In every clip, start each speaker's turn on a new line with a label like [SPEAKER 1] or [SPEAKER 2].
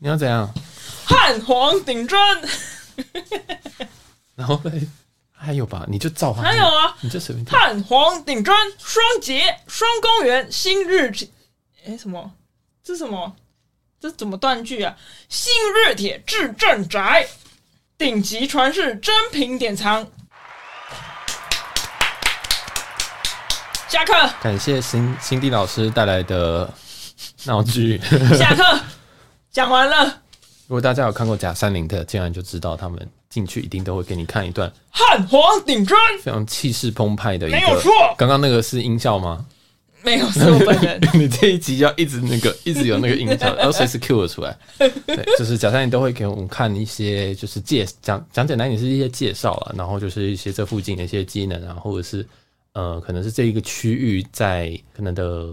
[SPEAKER 1] 要怎样？
[SPEAKER 2] 啊汉皇顶针，
[SPEAKER 1] 然后嘞，还有吧，你就照他，
[SPEAKER 2] 还有啊，
[SPEAKER 1] 你就随便跳。
[SPEAKER 2] 汉皇顶针，双节，双公园，新日铁，哎什么？这什么？这怎么断句啊？新日铁至正宅，顶级传世珍品典藏。下课，
[SPEAKER 1] 感谢辛辛迪老师带来的闹剧。
[SPEAKER 2] 下课，讲完了。
[SPEAKER 1] 如果大家有看过假山林的，竟然就知道他们进去一定都会给你看一段
[SPEAKER 2] 汉皇顶针，
[SPEAKER 1] 非常气势澎湃的一个。
[SPEAKER 2] 没有错
[SPEAKER 1] 刚刚那个是音效吗？
[SPEAKER 2] 没有是我本人。
[SPEAKER 1] 你这一集要一直 那个，一直有那个音效，然后随时 cue 我出来。对，就是假山林都会给我们看一些，就是介讲讲简单也是一些介绍啊，然后就是一些这附近的一些机能啊，或者是呃，可能是这一个区域在可能的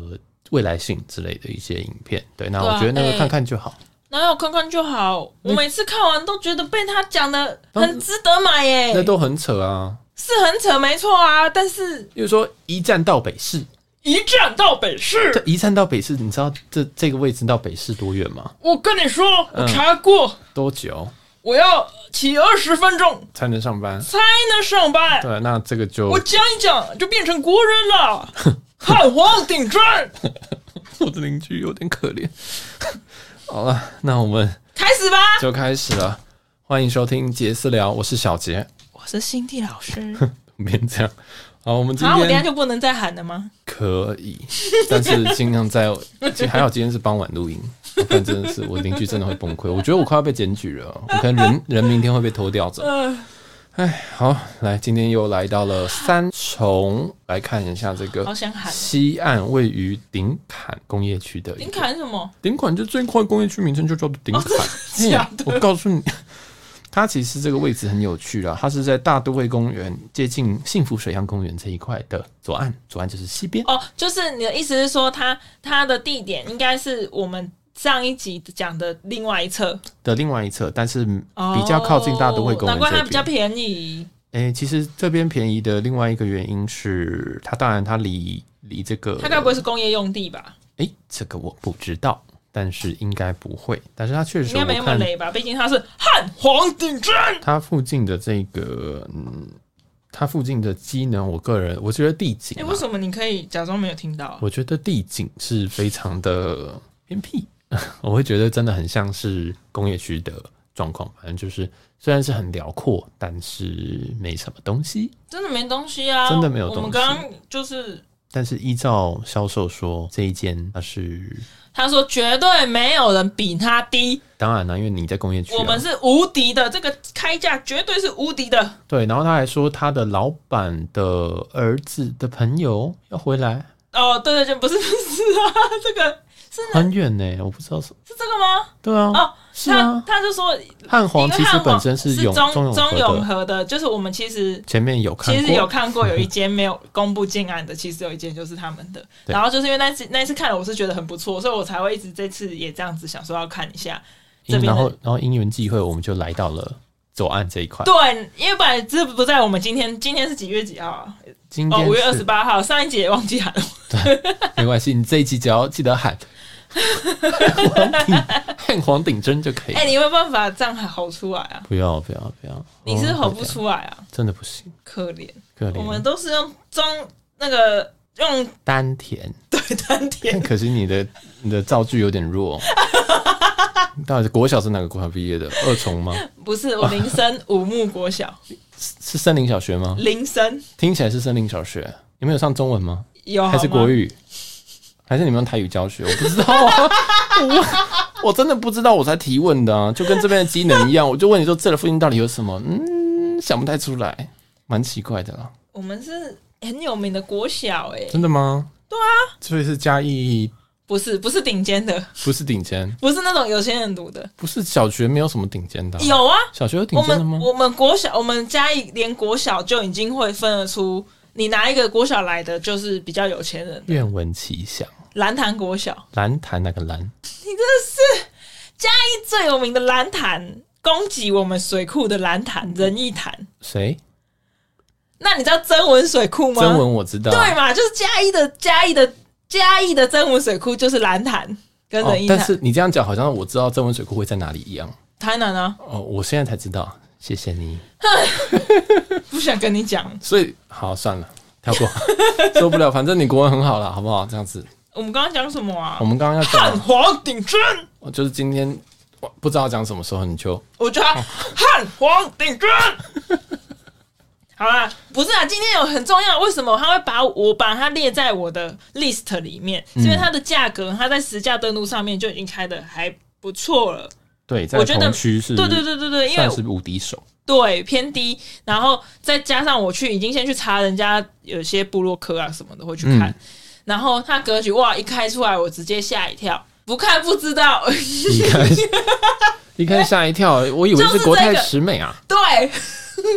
[SPEAKER 1] 未来性之类的一些影片。对，那
[SPEAKER 2] 对啊
[SPEAKER 1] 我觉得那个
[SPEAKER 2] 哎
[SPEAKER 1] 看看就好。
[SPEAKER 2] 哪有看看就好。我每次看完都觉得被他讲的很值得买耶、
[SPEAKER 1] 那都很扯啊。
[SPEAKER 2] 是很扯没错啊，但是
[SPEAKER 1] 比如说一站到北市，
[SPEAKER 2] 一站到北
[SPEAKER 1] 这
[SPEAKER 2] 市，
[SPEAKER 1] 一站到北市，你知道这这个位置到北市多远吗？
[SPEAKER 2] 我跟你说，
[SPEAKER 1] 嗯
[SPEAKER 2] 我查过，
[SPEAKER 1] 多久
[SPEAKER 2] 我要骑二十分钟
[SPEAKER 1] 才能上班？
[SPEAKER 2] 才能上班。
[SPEAKER 1] 对，那这个就
[SPEAKER 2] 我讲一讲就变成国人 了，汉皇顶针，
[SPEAKER 1] 我的邻居有点可怜。 好了，那我们
[SPEAKER 2] 开始吧。
[SPEAKER 1] 就开始了。欢迎收听杰私聊，我是小杰。
[SPEAKER 2] 我是新地老师，
[SPEAKER 1] 别这样，好，我们今
[SPEAKER 2] 然后我等一下
[SPEAKER 1] 天
[SPEAKER 2] 就不能再喊了吗？
[SPEAKER 1] 可以，但是尽量在，其实还好今天是傍晚录音，不然真的是我邻居真的会崩溃，我觉得我快要被检举了，我 看人人明天会被拖掉走。
[SPEAKER 2] 呃，
[SPEAKER 1] 哎，好，来，今天又来到了三重，来看一下这
[SPEAKER 2] 好
[SPEAKER 1] 个
[SPEAKER 2] 想喊。
[SPEAKER 1] 西岸位于顶坎工业区的一
[SPEAKER 2] 你
[SPEAKER 1] 个
[SPEAKER 2] 喊什么？
[SPEAKER 1] 顶坎，就这一块工业区名称就叫做顶坎。
[SPEAKER 2] 哦真的假的
[SPEAKER 1] 我告诉你， 它其实这个位置很有趣啦，它是在大都会公园接近幸福水漾公园这一块的左岸，左岸就是西边。
[SPEAKER 2] 哦，就是你的意思是说它，它的地点应该是我们上一集讲的另外一侧，
[SPEAKER 1] 的另外一侧，但是
[SPEAKER 2] 哦
[SPEAKER 1] 比较靠近大都会公
[SPEAKER 2] 难
[SPEAKER 1] 园
[SPEAKER 2] 怪它
[SPEAKER 1] 这
[SPEAKER 2] 比较
[SPEAKER 1] 边。
[SPEAKER 2] 便宜。
[SPEAKER 1] 哎、其实这边便宜的另外一个原因是，它当然它离离这个，
[SPEAKER 2] 它该不会是工业用地吧？
[SPEAKER 1] 哎、这个我不知道，但是应该不会。但是它确
[SPEAKER 2] 应
[SPEAKER 1] 实，
[SPEAKER 2] 该
[SPEAKER 1] 我
[SPEAKER 2] 没那么
[SPEAKER 1] 看
[SPEAKER 2] 雷吧？毕竟它是汉皇顶针。
[SPEAKER 1] 它附近的这个，嗯，它附近的机能，我个人我觉得地景、
[SPEAKER 2] 哎、
[SPEAKER 1] 啊，
[SPEAKER 2] 为什么你可以假装没有听到啊、
[SPEAKER 1] 我觉得地景是非常的偏僻， 我会觉得真的很像是工业区的状况。反正就是虽然是很辽阔，但是没什么东西。
[SPEAKER 2] 真的没东西啊，
[SPEAKER 1] 真的没有
[SPEAKER 2] 我们
[SPEAKER 1] 东西
[SPEAKER 2] 刚刚就是
[SPEAKER 1] 但是依照销售说，这一间它是
[SPEAKER 2] 他说绝对没有人比他低，
[SPEAKER 1] 当然啦，因为你在工业区、啊，
[SPEAKER 2] 我们是无敌的，这个开价绝对是无敌的。
[SPEAKER 1] 对，然后他还说他的老板的儿子的朋友要回来，
[SPEAKER 2] 哦，对对对，不是不是啊， 这个是哪
[SPEAKER 1] 很远呢，我不知道是。
[SPEAKER 2] 是这个吗？
[SPEAKER 1] 对啊，
[SPEAKER 2] 哦，
[SPEAKER 1] 是啊
[SPEAKER 2] 他，他就说
[SPEAKER 1] 汉皇
[SPEAKER 2] 因为
[SPEAKER 1] 其实
[SPEAKER 2] 汉
[SPEAKER 1] 本
[SPEAKER 2] 王
[SPEAKER 1] 身是
[SPEAKER 2] 是
[SPEAKER 1] 永
[SPEAKER 2] 中
[SPEAKER 1] 永
[SPEAKER 2] 永
[SPEAKER 1] 和
[SPEAKER 2] 和
[SPEAKER 1] 的，
[SPEAKER 2] 的，就是我们其实
[SPEAKER 1] 前面有看
[SPEAKER 2] 其实有
[SPEAKER 1] 过，
[SPEAKER 2] 看过有一间没有 公布建案的，其实有一间就是他们的。
[SPEAKER 1] 对
[SPEAKER 2] 然后就是因为那次那次看了，我是觉得很不错，所以我才会一直这次也这样子想说要看一下这
[SPEAKER 1] 因
[SPEAKER 2] 边
[SPEAKER 1] 嗯然后
[SPEAKER 2] 的。
[SPEAKER 1] 然后因缘际会，我们就来到了左岸这一块。
[SPEAKER 2] 对，因为本来这不在我们今天，今天是几月几号啊？
[SPEAKER 1] 今
[SPEAKER 2] 哦，
[SPEAKER 1] 天
[SPEAKER 2] 五月二十
[SPEAKER 1] 是
[SPEAKER 2] 八号。上一集也忘 记喊了，
[SPEAKER 1] 没关系，你这一集只要记得喊汉皇顶汉皇顶针就可以了
[SPEAKER 2] 哎、。你有没有办法这样喊吼出来啊？
[SPEAKER 1] 不要不要不要，
[SPEAKER 2] 你是
[SPEAKER 1] 哦
[SPEAKER 2] 吼不，出来啊，
[SPEAKER 1] 真的不行，
[SPEAKER 2] 可怜。
[SPEAKER 1] 可
[SPEAKER 2] 我们
[SPEAKER 1] 怜。
[SPEAKER 2] 都是用中那个用
[SPEAKER 1] 丹田，哎
[SPEAKER 2] 对 丹田，
[SPEAKER 1] 可惜你的你的造句有点 弱。你到底是国小是哪个国小毕业的？二重吗？
[SPEAKER 2] 不是我铃声五木国小
[SPEAKER 1] 是森林小学吗？
[SPEAKER 2] 铃声
[SPEAKER 1] 听起来是森林小学。你们有上中文吗？
[SPEAKER 2] 有
[SPEAKER 1] 还是
[SPEAKER 2] 好吗
[SPEAKER 1] 国语？还是你们用台语教学？我不知道啊， 我我真的不知道，我才提问的啊，就跟这边的机能一样，我就问你说这附近到底有什么？嗯，想不太出来，蛮奇怪的啊啦。
[SPEAKER 2] 我们是很有名的国小哎、
[SPEAKER 1] 真的吗？对啊，所以是嘉义，
[SPEAKER 2] 不是不是顶尖的，
[SPEAKER 1] 不是顶尖，
[SPEAKER 2] 不是那种有钱人读的，
[SPEAKER 1] 不是小学没有什么顶尖的啊、
[SPEAKER 2] 有啊。
[SPEAKER 1] 小学有顶
[SPEAKER 2] 我
[SPEAKER 1] 尖的吗
[SPEAKER 2] 们？我们国小，我们家里连国小就已经会分得出，你拿一个国小来的，就是比较有钱人的。
[SPEAKER 1] 愿闻其详。
[SPEAKER 2] 蓝潭国小，
[SPEAKER 1] 蓝潭那个蓝，
[SPEAKER 2] 最有名的蓝潭，供给我们水库的蓝潭仁义潭。
[SPEAKER 1] 谁？
[SPEAKER 2] 那你知道曾文水库吗？
[SPEAKER 1] 曾文我知道，啊
[SPEAKER 2] 对嘛，就是嘉义的嘉义的嘉义的曾文水库就是蓝潭，跟
[SPEAKER 1] 哦
[SPEAKER 2] 仁义，
[SPEAKER 1] 但
[SPEAKER 2] 台
[SPEAKER 1] 是你这样讲，好像我知道曾文水库会在哪里一样。
[SPEAKER 2] 台南啊，
[SPEAKER 1] 哦，我现在才知道，谢谢你。
[SPEAKER 2] 不想跟你讲。
[SPEAKER 1] 所以好算了，跳过， 受不了。反正你国文很好了，好不好？这样子，
[SPEAKER 2] 我们刚刚讲什么啊
[SPEAKER 1] 我？们刚刚要
[SPEAKER 2] 汉
[SPEAKER 1] 讲，
[SPEAKER 2] 皇顶针，
[SPEAKER 1] 哦就是今天我不知道讲什么时候，你就
[SPEAKER 2] 我觉得汉皇顶针。好啦，不是啊，今天有很重要，为什么他会把我把它列在我的 list 里面？
[SPEAKER 1] 嗯
[SPEAKER 2] 是因为它的价格，它在实价登录上面就已经开的还不错了。
[SPEAKER 1] 对，在
[SPEAKER 2] 我觉得
[SPEAKER 1] 同区是，
[SPEAKER 2] 对对，对对对，因为
[SPEAKER 1] 算是无敌手。
[SPEAKER 2] 对偏低，然后再加上我去已经先去查人家有些部落客啊什么的会去看，
[SPEAKER 1] 嗯
[SPEAKER 2] 然后他格局哇一开出来，我直接吓一跳，不看不知道，
[SPEAKER 1] 一看， 一看吓一跳，我以为
[SPEAKER 2] 就是
[SPEAKER 1] 是
[SPEAKER 2] 这
[SPEAKER 1] 国泰
[SPEAKER 2] 个
[SPEAKER 1] 十美啊，
[SPEAKER 2] 对，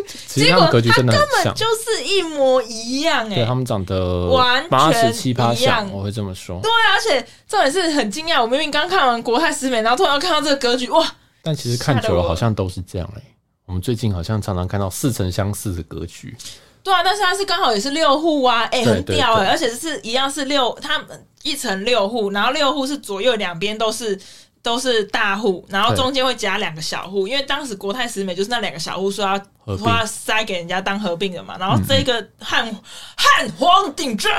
[SPEAKER 1] 其实
[SPEAKER 2] 结
[SPEAKER 1] 他
[SPEAKER 2] 果
[SPEAKER 1] 们格局
[SPEAKER 2] 他
[SPEAKER 1] 真的
[SPEAKER 2] 根
[SPEAKER 1] 很
[SPEAKER 2] 本
[SPEAKER 1] 像，
[SPEAKER 2] 就是一模一样哎、
[SPEAKER 1] 对他们长得
[SPEAKER 2] 完
[SPEAKER 1] 八
[SPEAKER 2] 全
[SPEAKER 1] 十七八
[SPEAKER 2] 一样
[SPEAKER 1] 像，我会这么说。
[SPEAKER 2] 对啊，而且重点是很惊讶，我明明刚看完国泰十美，然后突然看到这个格局，哇，
[SPEAKER 1] 但其实看久
[SPEAKER 2] 吓得
[SPEAKER 1] 了
[SPEAKER 2] 我
[SPEAKER 1] 好像都是这样哎、我们最近好像常常看到似曾相似的格局，
[SPEAKER 2] 对啊，但是它是刚好也是六户啊，哎、
[SPEAKER 1] 对
[SPEAKER 2] 很屌哎、
[SPEAKER 1] 对对
[SPEAKER 2] 而且是一样是六，它们一层六户，然后六户是左右两边都是都是大户，然后
[SPEAKER 1] 对
[SPEAKER 2] 中间会夹两个小户，因为当时国泰十美就是那两个小户说要
[SPEAKER 1] 合并嗯
[SPEAKER 2] 说要塞给人家当合并的嘛，然后这个汉、汉皇顶针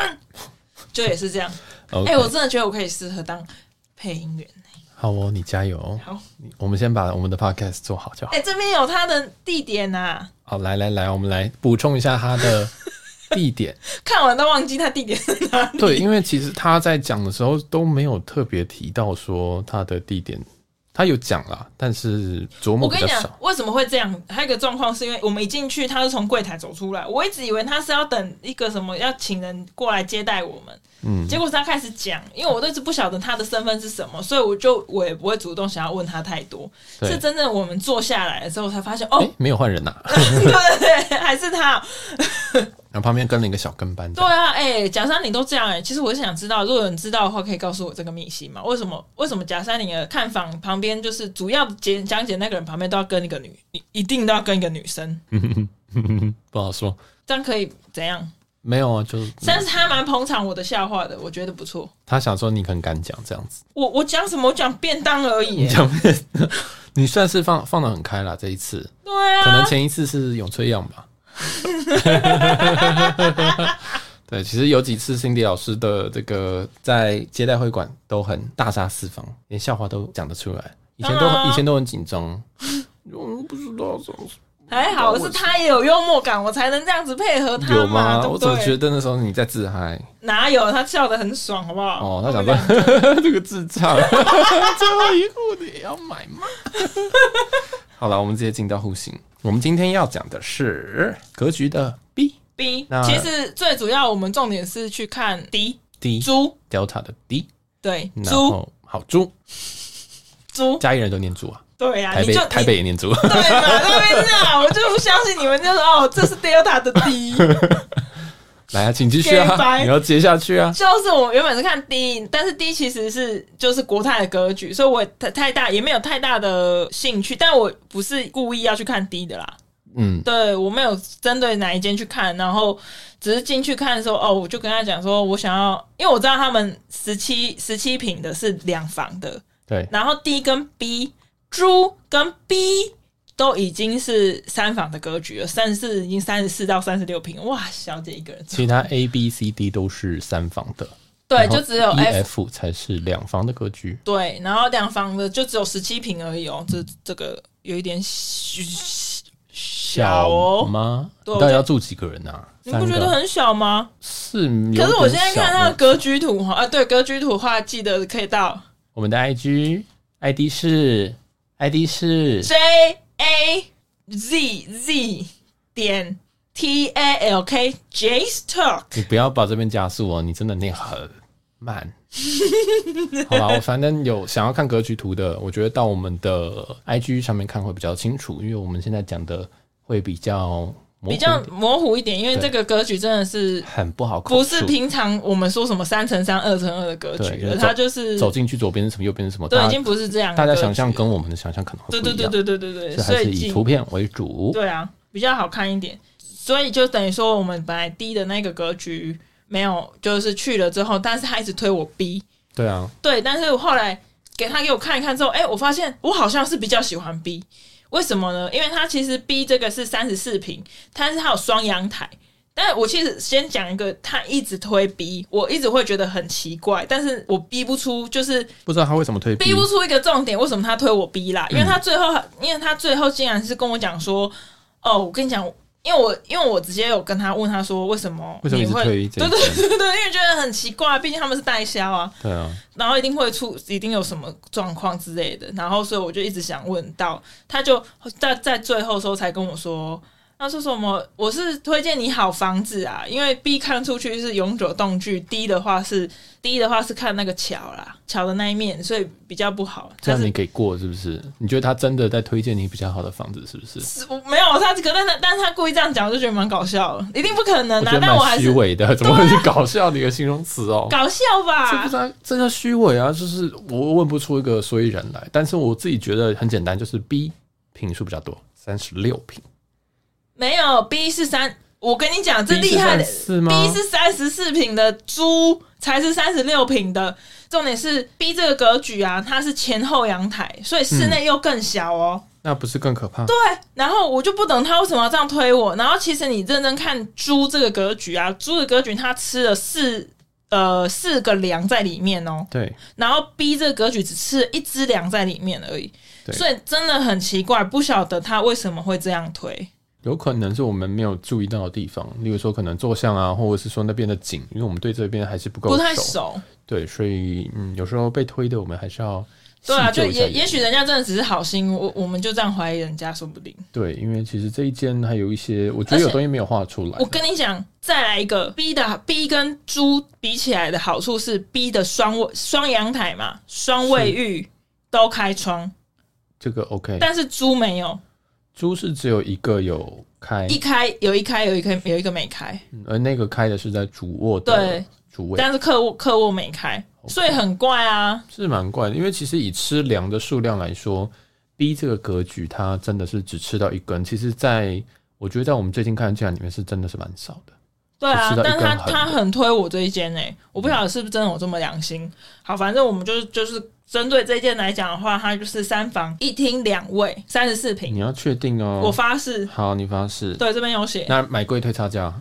[SPEAKER 2] 就也是这样，
[SPEAKER 1] o
[SPEAKER 2] 哎、
[SPEAKER 1] k
[SPEAKER 2] 我真的觉得我可以适合当配音员，
[SPEAKER 1] 好哦，你加油哦。
[SPEAKER 2] 好，
[SPEAKER 1] 我们先把我们的 podcast 做好就好。
[SPEAKER 2] 哎、这边有他的地点啊呐、
[SPEAKER 1] 好，来来来，我们来补充一下它的 地点。
[SPEAKER 2] 看完都忘记他地点在哪里，
[SPEAKER 1] 对，因为其实他在讲的时候都没有特别提到说它的地点，他有讲啦，但是琢
[SPEAKER 2] 我
[SPEAKER 1] 磨比
[SPEAKER 2] 跟你
[SPEAKER 1] 较
[SPEAKER 2] 讲
[SPEAKER 1] 少。，
[SPEAKER 2] 为什么会这样？还有一个状况是因为我们一进去，他是从柜台走出来，我一直以为他是要等一个什么要请人过来接待我们，
[SPEAKER 1] 嗯，
[SPEAKER 2] 结果是他开始讲，因为我都一直不晓得他的身份是什么，所以我就我也不会主动想要问他太多。
[SPEAKER 1] 对
[SPEAKER 2] 是真正我们坐下来之后才发现，哦
[SPEAKER 1] 哎、，没有换人呐、
[SPEAKER 2] 对对 对，还是他。
[SPEAKER 1] 然后旁边跟了一个小跟班这
[SPEAKER 2] 对
[SPEAKER 1] 样。
[SPEAKER 2] 啊，哎、假山岭都这样哎、其实我是想知道，如果有人知道的话，可以告诉我这个秘辛嘛？为什么为什么假山岭的看访旁边就是主要讲讲解那个人旁边都要跟一个女，一一定都要跟一个女生？
[SPEAKER 1] 不好说，
[SPEAKER 2] 这样可以怎样？
[SPEAKER 1] 没有啊，就
[SPEAKER 2] 但是他蛮捧场我的笑话的，我觉得不错。
[SPEAKER 1] 他想说你很敢讲这样子，
[SPEAKER 2] 我我讲什么？我讲便当而已
[SPEAKER 1] 你
[SPEAKER 2] 耶。
[SPEAKER 1] 讲 你算是放放的很开啦，这一次。
[SPEAKER 2] 对
[SPEAKER 1] 可能
[SPEAKER 2] 啊，
[SPEAKER 1] 前一次是永翠样吧。 对，其实有几次 Cindy 老师的这个在接待会馆都很大杀四方，连笑话都讲得出来。以前都
[SPEAKER 2] 当然
[SPEAKER 1] 很
[SPEAKER 2] 啊
[SPEAKER 1] 以前都很紧张，我不知道怎么
[SPEAKER 2] 还好是他也有幽默感，我才能这样子配合他
[SPEAKER 1] 有
[SPEAKER 2] 嘛，
[SPEAKER 1] 吗？
[SPEAKER 2] 对不
[SPEAKER 1] 我怎么觉
[SPEAKER 2] 对？
[SPEAKER 1] 得那时候你在自嗨？
[SPEAKER 2] 哪有他笑得很爽，好不好？
[SPEAKER 1] 哦，他想说 这个智障，最后一户也要买吗？ 好了，我们直接进到户型。我们今天要讲的是格局的 B
[SPEAKER 2] B，
[SPEAKER 1] 那
[SPEAKER 2] 其实最主要我们重点是去看 D
[SPEAKER 1] D
[SPEAKER 2] 猪，
[SPEAKER 1] Delta 的 D，
[SPEAKER 2] 对
[SPEAKER 1] 然
[SPEAKER 2] 猪
[SPEAKER 1] 后好猪，
[SPEAKER 2] 猪，
[SPEAKER 1] 嘉义人都念猪啊，
[SPEAKER 2] 对呀、啊，
[SPEAKER 1] 台
[SPEAKER 2] 你
[SPEAKER 1] 北
[SPEAKER 2] 就
[SPEAKER 1] 台北也念啊猪，
[SPEAKER 2] 你对嘛，对不对？我就不相信你们就说哦，这是 Delta 的 D，
[SPEAKER 1] 来啊，请继续
[SPEAKER 2] 给
[SPEAKER 1] 啊，
[SPEAKER 2] 白
[SPEAKER 1] 你要接下去啊，
[SPEAKER 2] 就是我原本是看 D，但是 D 其实是就是国泰的格局，所以我也太太大也没有太大的兴趣，但我不是故意要去看 D 的啦。
[SPEAKER 1] 嗯，
[SPEAKER 2] 对我没有针对哪一间去看，然后只是进去看的时候，哦，我就跟他讲说，我想要，因为我知道他们十七十七平的是两房的，
[SPEAKER 1] 对，
[SPEAKER 2] 然后 D 跟 B、猪跟 B 都已经是三房的格局了，三十四已经三十四到三十六平，哇，小姐一个人住，
[SPEAKER 1] 其他 A B C D 都是三房的，
[SPEAKER 2] 对，
[SPEAKER 1] 然后
[SPEAKER 2] 就只有
[SPEAKER 1] E
[SPEAKER 2] F
[SPEAKER 1] F 才是两房的格局，
[SPEAKER 2] 对，然后两房的就只有十七平而已哦，这这个有一点小小
[SPEAKER 1] 小
[SPEAKER 2] 哦，
[SPEAKER 1] 吗？
[SPEAKER 2] 对
[SPEAKER 1] 你到底要住几个人啊？
[SPEAKER 2] 你
[SPEAKER 1] 三
[SPEAKER 2] 不觉得
[SPEAKER 1] 个
[SPEAKER 2] 很小吗？
[SPEAKER 1] 是？
[SPEAKER 2] 可是我现在看它
[SPEAKER 1] 到
[SPEAKER 2] 的格局图哈，啊，对，格局图画记得可以到
[SPEAKER 1] 我们的 I G I D 是 I D 是
[SPEAKER 2] J A Z Z 点 T A L K J's Talk。
[SPEAKER 1] 你不要把这边加速哦，你真的念很慢。 好吧，我反正有想要看格局图的，我觉得到我们的 IG 上面看会比较清楚，因为我们现在讲的会比较模糊一
[SPEAKER 2] 比
[SPEAKER 1] 点
[SPEAKER 2] 较模糊一点，因为
[SPEAKER 1] 对
[SPEAKER 2] 这个格局真的是
[SPEAKER 1] 很不好口
[SPEAKER 2] 不
[SPEAKER 1] 述，
[SPEAKER 2] 是平常我们说什么三乘三、二乘二的格
[SPEAKER 1] 对
[SPEAKER 2] 局
[SPEAKER 1] 就
[SPEAKER 2] 了，
[SPEAKER 1] 是
[SPEAKER 2] 它就是
[SPEAKER 1] 走进去左边是什么，右边是什么，
[SPEAKER 2] 对，
[SPEAKER 1] 大
[SPEAKER 2] 已
[SPEAKER 1] 家
[SPEAKER 2] 经不是这样的
[SPEAKER 1] 大
[SPEAKER 2] 格局。
[SPEAKER 1] 家想象跟我们的想象可能会
[SPEAKER 2] 对
[SPEAKER 1] 不
[SPEAKER 2] 对
[SPEAKER 1] 一
[SPEAKER 2] 对
[SPEAKER 1] 样，
[SPEAKER 2] 对对对对，
[SPEAKER 1] 所以
[SPEAKER 2] 所
[SPEAKER 1] 还是
[SPEAKER 2] 以
[SPEAKER 1] 以
[SPEAKER 2] 进
[SPEAKER 1] 图片为主。
[SPEAKER 2] 对啊比较好看一点，所以就等于说我们本来 D 的那个格局没有，就是去了之后，但是他一直推我 B，
[SPEAKER 1] 对啊，
[SPEAKER 2] 对，但是我后来给他给我看一看之后，哎、我发现我好像是比较喜欢 B，为什么呢？因为它其实 B 这个是三十四平，但是它有双阳台。但我其实先讲一个，他一直推 B，我一直会觉得很奇怪，但是我逼不出，就是
[SPEAKER 1] 不知道他为什么退
[SPEAKER 2] 逼
[SPEAKER 1] 避。
[SPEAKER 2] 不出一个重点，为什么他推我 B 啦？
[SPEAKER 1] 嗯
[SPEAKER 2] 因为他最后，因为他最后竟然是跟我讲说，哦，我跟你讲，因为我因为我直接有跟他问他说，为什么
[SPEAKER 1] 为什么
[SPEAKER 2] 你
[SPEAKER 1] 一直
[SPEAKER 2] 会
[SPEAKER 1] 推这
[SPEAKER 2] 对
[SPEAKER 1] 一
[SPEAKER 2] 对对
[SPEAKER 1] 间
[SPEAKER 2] 对，因为觉得很奇怪，毕竟他们是代销啊，
[SPEAKER 1] 对啊，
[SPEAKER 2] 然后一定会出，一定有什么状况之类的。然后，所以我就一直想问到，他就在在最后的时候才跟我说，他说什么？我是推荐你好房子啊，因为 B 看出去是永久动距，D 的话是 D 的话是看那个桥啦，桥的那一面，所以比较不好。
[SPEAKER 1] 这
[SPEAKER 2] 但
[SPEAKER 1] 样
[SPEAKER 2] 是
[SPEAKER 1] 你给过是不是？你觉得他真的在推荐你比较好的房子是不是？
[SPEAKER 2] 是我没有他这个，但是但是他故意这样讲，我就觉得蛮搞笑的，一定不可能
[SPEAKER 1] 我觉
[SPEAKER 2] 啊
[SPEAKER 1] 得！
[SPEAKER 2] 但我
[SPEAKER 1] 蛮
[SPEAKER 2] 还
[SPEAKER 1] 虚
[SPEAKER 2] 是
[SPEAKER 1] 伪的，怎么会是搞笑的一个形容词哦？
[SPEAKER 2] 搞笑
[SPEAKER 1] 这不
[SPEAKER 2] 吧
[SPEAKER 1] 是？啊这叫虚伪啊！就是我问不出一个所以然来，但是我自己觉得很简单，就是 B 平数比较多，三十六平。
[SPEAKER 2] 没有，B 是三，我跟你讲，这
[SPEAKER 1] B 是
[SPEAKER 2] 厉害的
[SPEAKER 1] 34吗
[SPEAKER 2] B 是三十四平的猪，才是三十六平的。重点是 B 这个格局啊，它是前后阳台，所以室内又更小哦。
[SPEAKER 1] 那不是更可怕？
[SPEAKER 2] 对，然后我就不懂他为什么要这样推我。然后其实你认真看猪这个格局啊，猪的格局它吃了四呃四个梁在里面哦，
[SPEAKER 1] 对
[SPEAKER 2] 然后 B 这个格局只吃了一只梁在里面而已，
[SPEAKER 1] 对
[SPEAKER 2] 所以真的很奇怪，不晓得他为什么会这样推。
[SPEAKER 1] 有可能是我们没有注意到的地方，例如说可能坐向啊，或者是说那边的景，因为我们对这边还是不够
[SPEAKER 2] 不太
[SPEAKER 1] 熟。
[SPEAKER 2] 熟，
[SPEAKER 1] 对，所以嗯，有时候被推的我们还是要
[SPEAKER 2] 对啊，
[SPEAKER 1] 细
[SPEAKER 2] 就
[SPEAKER 1] 究一下
[SPEAKER 2] 也也许人家真的只是好心，我我们就这样怀疑人家，说不定。
[SPEAKER 1] 对，因为其实这一间还有一些，我觉得有东西没有画出来
[SPEAKER 2] 我。跟你讲，再来一个 B 的 B 跟猪比起来的好处是 B 的双卫双阳台嘛，双卫浴都开窗，
[SPEAKER 1] 这个 OK，
[SPEAKER 2] 但是猪没有，
[SPEAKER 1] 猪是只有一个有开，
[SPEAKER 2] 一开有一开有一开有一个没开，
[SPEAKER 1] 嗯而那个开的是在主卧的
[SPEAKER 2] 对，
[SPEAKER 1] 主位，
[SPEAKER 2] 但是客卧客卧没开，所以很怪啊。
[SPEAKER 1] 是蛮怪的。因为其实以吃粮的数量来说，B 这个格局它真的是只吃到一根。其实在，我觉得在我们最近看的这样里面是真的是蛮少的。
[SPEAKER 2] 对啊
[SPEAKER 1] 只吃，到一
[SPEAKER 2] 但
[SPEAKER 1] 根
[SPEAKER 2] 他
[SPEAKER 1] 横的
[SPEAKER 2] 他很推我这一间呢、欸我不晓得是不是真的有这么良心。好，反正我们就是就是针对这一间来讲的话，它就是三房一厅两卫，三十四平。
[SPEAKER 1] 你要确定哦。
[SPEAKER 2] 我发誓，
[SPEAKER 1] 好，你发誓。
[SPEAKER 2] 对这边有写，
[SPEAKER 1] 那买贵退差价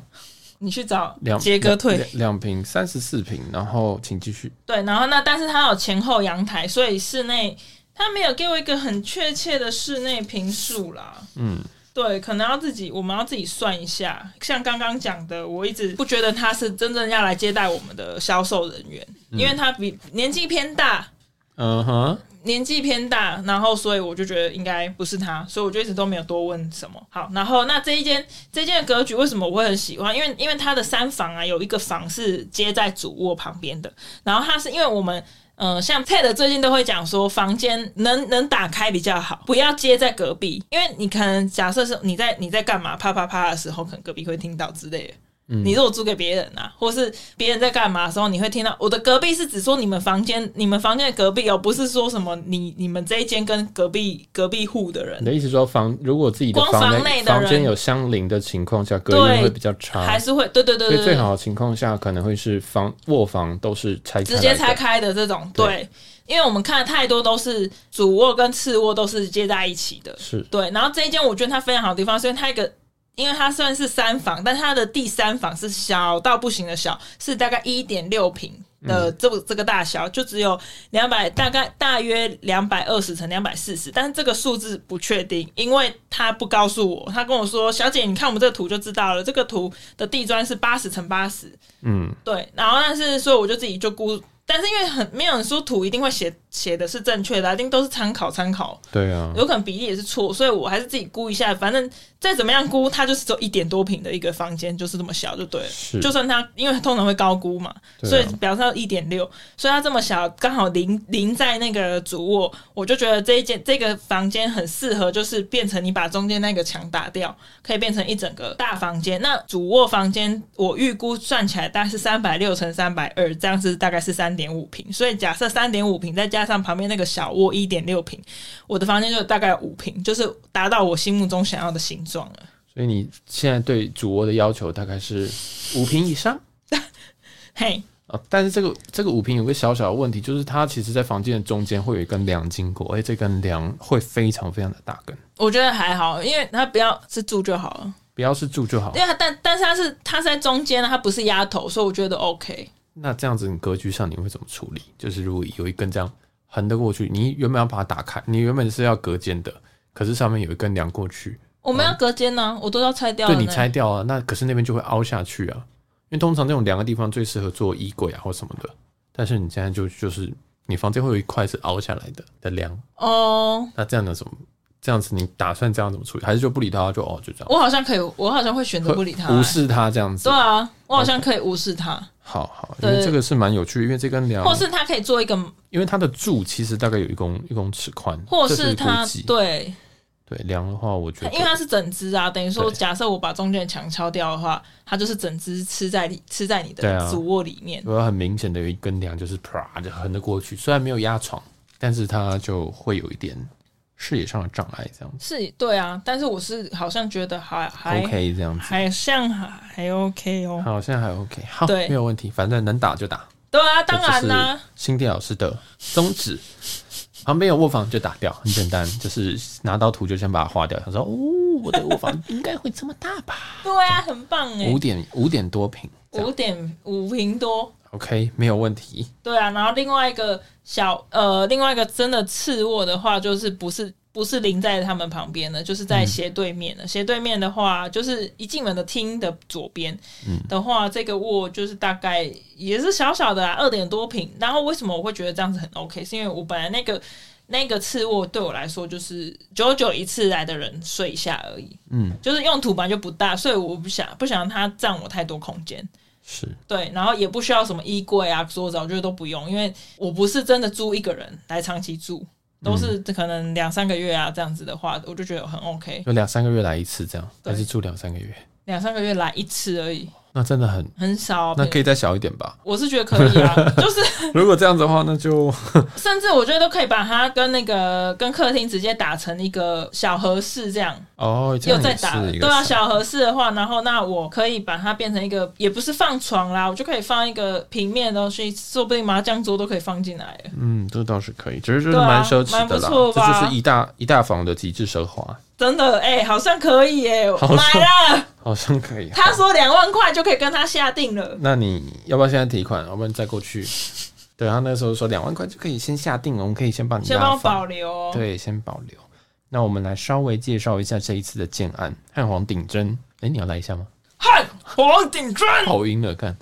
[SPEAKER 2] 你去找
[SPEAKER 1] 两
[SPEAKER 2] 杰哥退
[SPEAKER 1] 两。两瓶三十四瓶，然后请继续。
[SPEAKER 2] 对，然后那但是它有前后阳台，所以室内它没有给我一个很确切的室内平数啦。
[SPEAKER 1] 嗯，
[SPEAKER 2] 对，可能要自己，我们要自己算一下。像刚刚讲的，我一直不觉得他是真正要来接待我们的销售人员，因为他比年纪偏大，
[SPEAKER 1] 嗯哼，
[SPEAKER 2] 年纪偏大，然后所以我就觉得应该不是他，所以我就一直都没有多问什么。好，然后那这一间这一间的格局为什么我会很喜欢？因为因为它的三房啊，有一个房是接在主卧旁边的，然后它是因为我们。呃，像 TED 最近都会讲说，房间能能打开比较好，不要接在隔壁，因为你可能假设是你在你在干嘛啪啪啪的时候，可能隔壁会听到之类的。
[SPEAKER 1] 嗯
[SPEAKER 2] 你如果租给别人啊，或是别人在干嘛的时候，你会听到我的隔壁是指说你们房间、你们房间的隔壁哦，不是说什么你你们这一间跟隔壁隔壁户的人
[SPEAKER 1] 你的意思说房如果自己的
[SPEAKER 2] 光
[SPEAKER 1] 房
[SPEAKER 2] 房内的
[SPEAKER 1] 房间
[SPEAKER 2] 人
[SPEAKER 1] 有相邻的情况下，隔
[SPEAKER 2] 对
[SPEAKER 1] 音会比较差，
[SPEAKER 2] 还是会对对对
[SPEAKER 1] 所
[SPEAKER 2] 对
[SPEAKER 1] 以
[SPEAKER 2] 对，
[SPEAKER 1] 最好的情况下，可能会是房卧房都是拆开
[SPEAKER 2] 直接
[SPEAKER 1] 来的
[SPEAKER 2] 拆。开的这种，对，
[SPEAKER 1] 对
[SPEAKER 2] 因为我们看的太多都是主卧跟次卧都是接在一起的，
[SPEAKER 1] 是
[SPEAKER 2] 对。然后这一间我觉得它非常好的地方，是因为它一个，因为它虽然是三房，但它的第三房是小到不行的小，是大概一点六平的这个、这个大小，就只有两百，大概大约两百二十乘两百四十，但是这个数字不确定，因为他不告诉我，他跟我说，小姐，你看我们这个图就知道了，这个图的地砖是八十乘八十，
[SPEAKER 1] 嗯，
[SPEAKER 2] 对，然后但是所以我就自己就估，但是因为很没有人说图一定会写写的是正确的啊，一定都是参考参考，
[SPEAKER 1] 对啊，
[SPEAKER 2] 有可能比例也是错，所以我还是自己估一下，反正再怎么样估，它就是只有一点多平的一个房间，就是这么小就对了。
[SPEAKER 1] 是
[SPEAKER 2] 就算它因为通常会高估嘛，
[SPEAKER 1] 对啊
[SPEAKER 2] 所以表示到一点六，所以它这么小，刚好临临在那个主卧，我就觉得这一间这个房间很适合，就是变成你把中间那个墙打掉，可以变成一整个大房间。那主卧房间我预估算起来大概是三百六乘三百二，这样是大概是三点五平，所以假设三点五平再加上旁边那个小卧一点六平，我的房间就大概五平，就是达到我心目中想要的形状了。
[SPEAKER 1] 所以你现在对主卧的要求大概是五平以上
[SPEAKER 2] 嘿，
[SPEAKER 1] 啊，但是这个这个五瓶有个小小的问题，就是它其实在房间的中间会有一根梁经过，而哎且这根梁会非常非常的大根，
[SPEAKER 2] 我觉得还好，因为它不要是住就好了。
[SPEAKER 1] 不要是住就好
[SPEAKER 2] 因。为它啊但但是它是它是在中间啊，它不是压头，所以我觉得 OK。
[SPEAKER 1] 那这样子，你格局上你会怎么处理？就是如果有一根这样横的过去，你原本要把它打开，你原本是要隔间的，可是上面有一根梁过去，
[SPEAKER 2] 我们要隔间呢、我都要拆掉了
[SPEAKER 1] 对
[SPEAKER 2] 呢。
[SPEAKER 1] 你拆掉啊，那可是那边就会凹下去啊。因为通常这种梁的地方最适合做衣柜啊或什么的，但是你现在就就是你房间会有一块是凹下来的的梁，
[SPEAKER 2] 哦
[SPEAKER 1] 那这样的怎么？这样子你打算这样怎么处理？还是就不理他，就哦就这样，
[SPEAKER 2] 我好像可以，我好像会选择不理他、
[SPEAKER 1] 无
[SPEAKER 2] 欸。
[SPEAKER 1] 视他这样子
[SPEAKER 2] 对。啊，我好像可以无视他
[SPEAKER 1] 好好，因
[SPEAKER 2] 对
[SPEAKER 1] 为这个是蛮有趣的，因为这根梁
[SPEAKER 2] 或，是他可以做一个，
[SPEAKER 1] 因为它的柱其实大概有一公一公尺宽，
[SPEAKER 2] 或
[SPEAKER 1] 这是
[SPEAKER 2] 他
[SPEAKER 1] 国际
[SPEAKER 2] 对，
[SPEAKER 1] 对梁的话，我觉
[SPEAKER 2] 因为它
[SPEAKER 1] 得
[SPEAKER 2] 是整只啊，等于说
[SPEAKER 1] 对
[SPEAKER 2] 假设我把中间的墙敲掉的话，它就是整只吃在里吃在你
[SPEAKER 1] 对
[SPEAKER 2] 的
[SPEAKER 1] 啊
[SPEAKER 2] 主卧里面。
[SPEAKER 1] 有很明显的有一根梁就是啪就横着过去，虽然没有压床，但是它就会有一点视野上的障碍这样子。
[SPEAKER 2] 是，对啊，但是我是好像觉得还还
[SPEAKER 1] OK 这样子，
[SPEAKER 2] 还像还还 OK 哦。
[SPEAKER 1] 好，现在还 OK，好，
[SPEAKER 2] 对
[SPEAKER 1] 没有问题，反正能打就打。
[SPEAKER 2] 对啊，当然啦、
[SPEAKER 1] 新店老师的宗旨。旁边有卧房就打掉，很简 单，就是拿到图就先把它划掉。他说：“哦，我的卧房应该会这么大吧？
[SPEAKER 2] 对啊，很棒哎
[SPEAKER 1] 五，点五点多平这样
[SPEAKER 2] 五点五平多。
[SPEAKER 1] ，OK，没有问题。
[SPEAKER 2] 对啊，然后另外一个小呃，另外一个真的次卧的话，就是不是不是临在他们旁边的，就是
[SPEAKER 1] 嗯
[SPEAKER 2] 在斜对面的。斜对面的话，就是一进门的厅的左边、的话，这个卧就是大概也是小小的、啊，二点多平。然后为什么我会觉得这样子很 OK？是因为我本来那个那个次卧对我来说就是久久一次来的人睡一下而已，
[SPEAKER 1] 嗯，
[SPEAKER 2] 就是用途本来就不大，所以我不想不想让它占我太多空间。
[SPEAKER 1] 是
[SPEAKER 2] 对，然后也不需要什么衣柜啊、桌子啊，我觉得都不用，因为我不是真的租一个人来长期住，都是
[SPEAKER 1] 嗯
[SPEAKER 2] 可能两三个月啊这样子的话，我就觉得很 OK，
[SPEAKER 1] 就两三个月来一次这样，
[SPEAKER 2] 对
[SPEAKER 1] 还是住两三个月，
[SPEAKER 2] 两三个月来一次而已，
[SPEAKER 1] 那真的很，
[SPEAKER 2] 很少啊。
[SPEAKER 1] 那可以再小一点吧。
[SPEAKER 2] 我是觉得可以啊， 就是
[SPEAKER 1] 如果这样子的话，那 就
[SPEAKER 2] 甚至我觉得都可以把它跟那个跟客厅直接打成一个小合适这样，
[SPEAKER 1] 哦，这
[SPEAKER 2] 又
[SPEAKER 1] 样
[SPEAKER 2] 在
[SPEAKER 1] 也
[SPEAKER 2] 打
[SPEAKER 1] 是
[SPEAKER 2] 了，
[SPEAKER 1] 一
[SPEAKER 2] 对
[SPEAKER 1] 个
[SPEAKER 2] 啊，
[SPEAKER 1] 小
[SPEAKER 2] 小合适的话，然后那我可以把它变成一个，也不是放床啦，我就可以放一个平面的东西，说不定麻将桌都可以放进来了。
[SPEAKER 1] 嗯，这倒是可以，只是就是
[SPEAKER 2] 对啊
[SPEAKER 1] 蛮奢侈
[SPEAKER 2] 蛮
[SPEAKER 1] 的
[SPEAKER 2] 不
[SPEAKER 1] 啦，
[SPEAKER 2] 错啊
[SPEAKER 1] 这
[SPEAKER 2] 吧
[SPEAKER 1] 就是一大一大房的极致奢华，
[SPEAKER 2] 真的，哎、好像可以耶、
[SPEAKER 1] 好像
[SPEAKER 2] 买了。
[SPEAKER 1] 好像 可以。啊
[SPEAKER 2] 他说两万块就可以跟他下定了，
[SPEAKER 1] 那你要不要现在提款？要不然再 过去？对，他那时候说两万块就可以先下定了，我们可以先帮你
[SPEAKER 2] 先帮
[SPEAKER 1] 押
[SPEAKER 2] 我保
[SPEAKER 1] 房，
[SPEAKER 2] 留哦。
[SPEAKER 1] 对，先保留。那我们来稍微介绍一下这一次的建案——汉皇顶针。哎、你要来一下吗？
[SPEAKER 2] 汉皇顶针，
[SPEAKER 1] 跑赢了，看。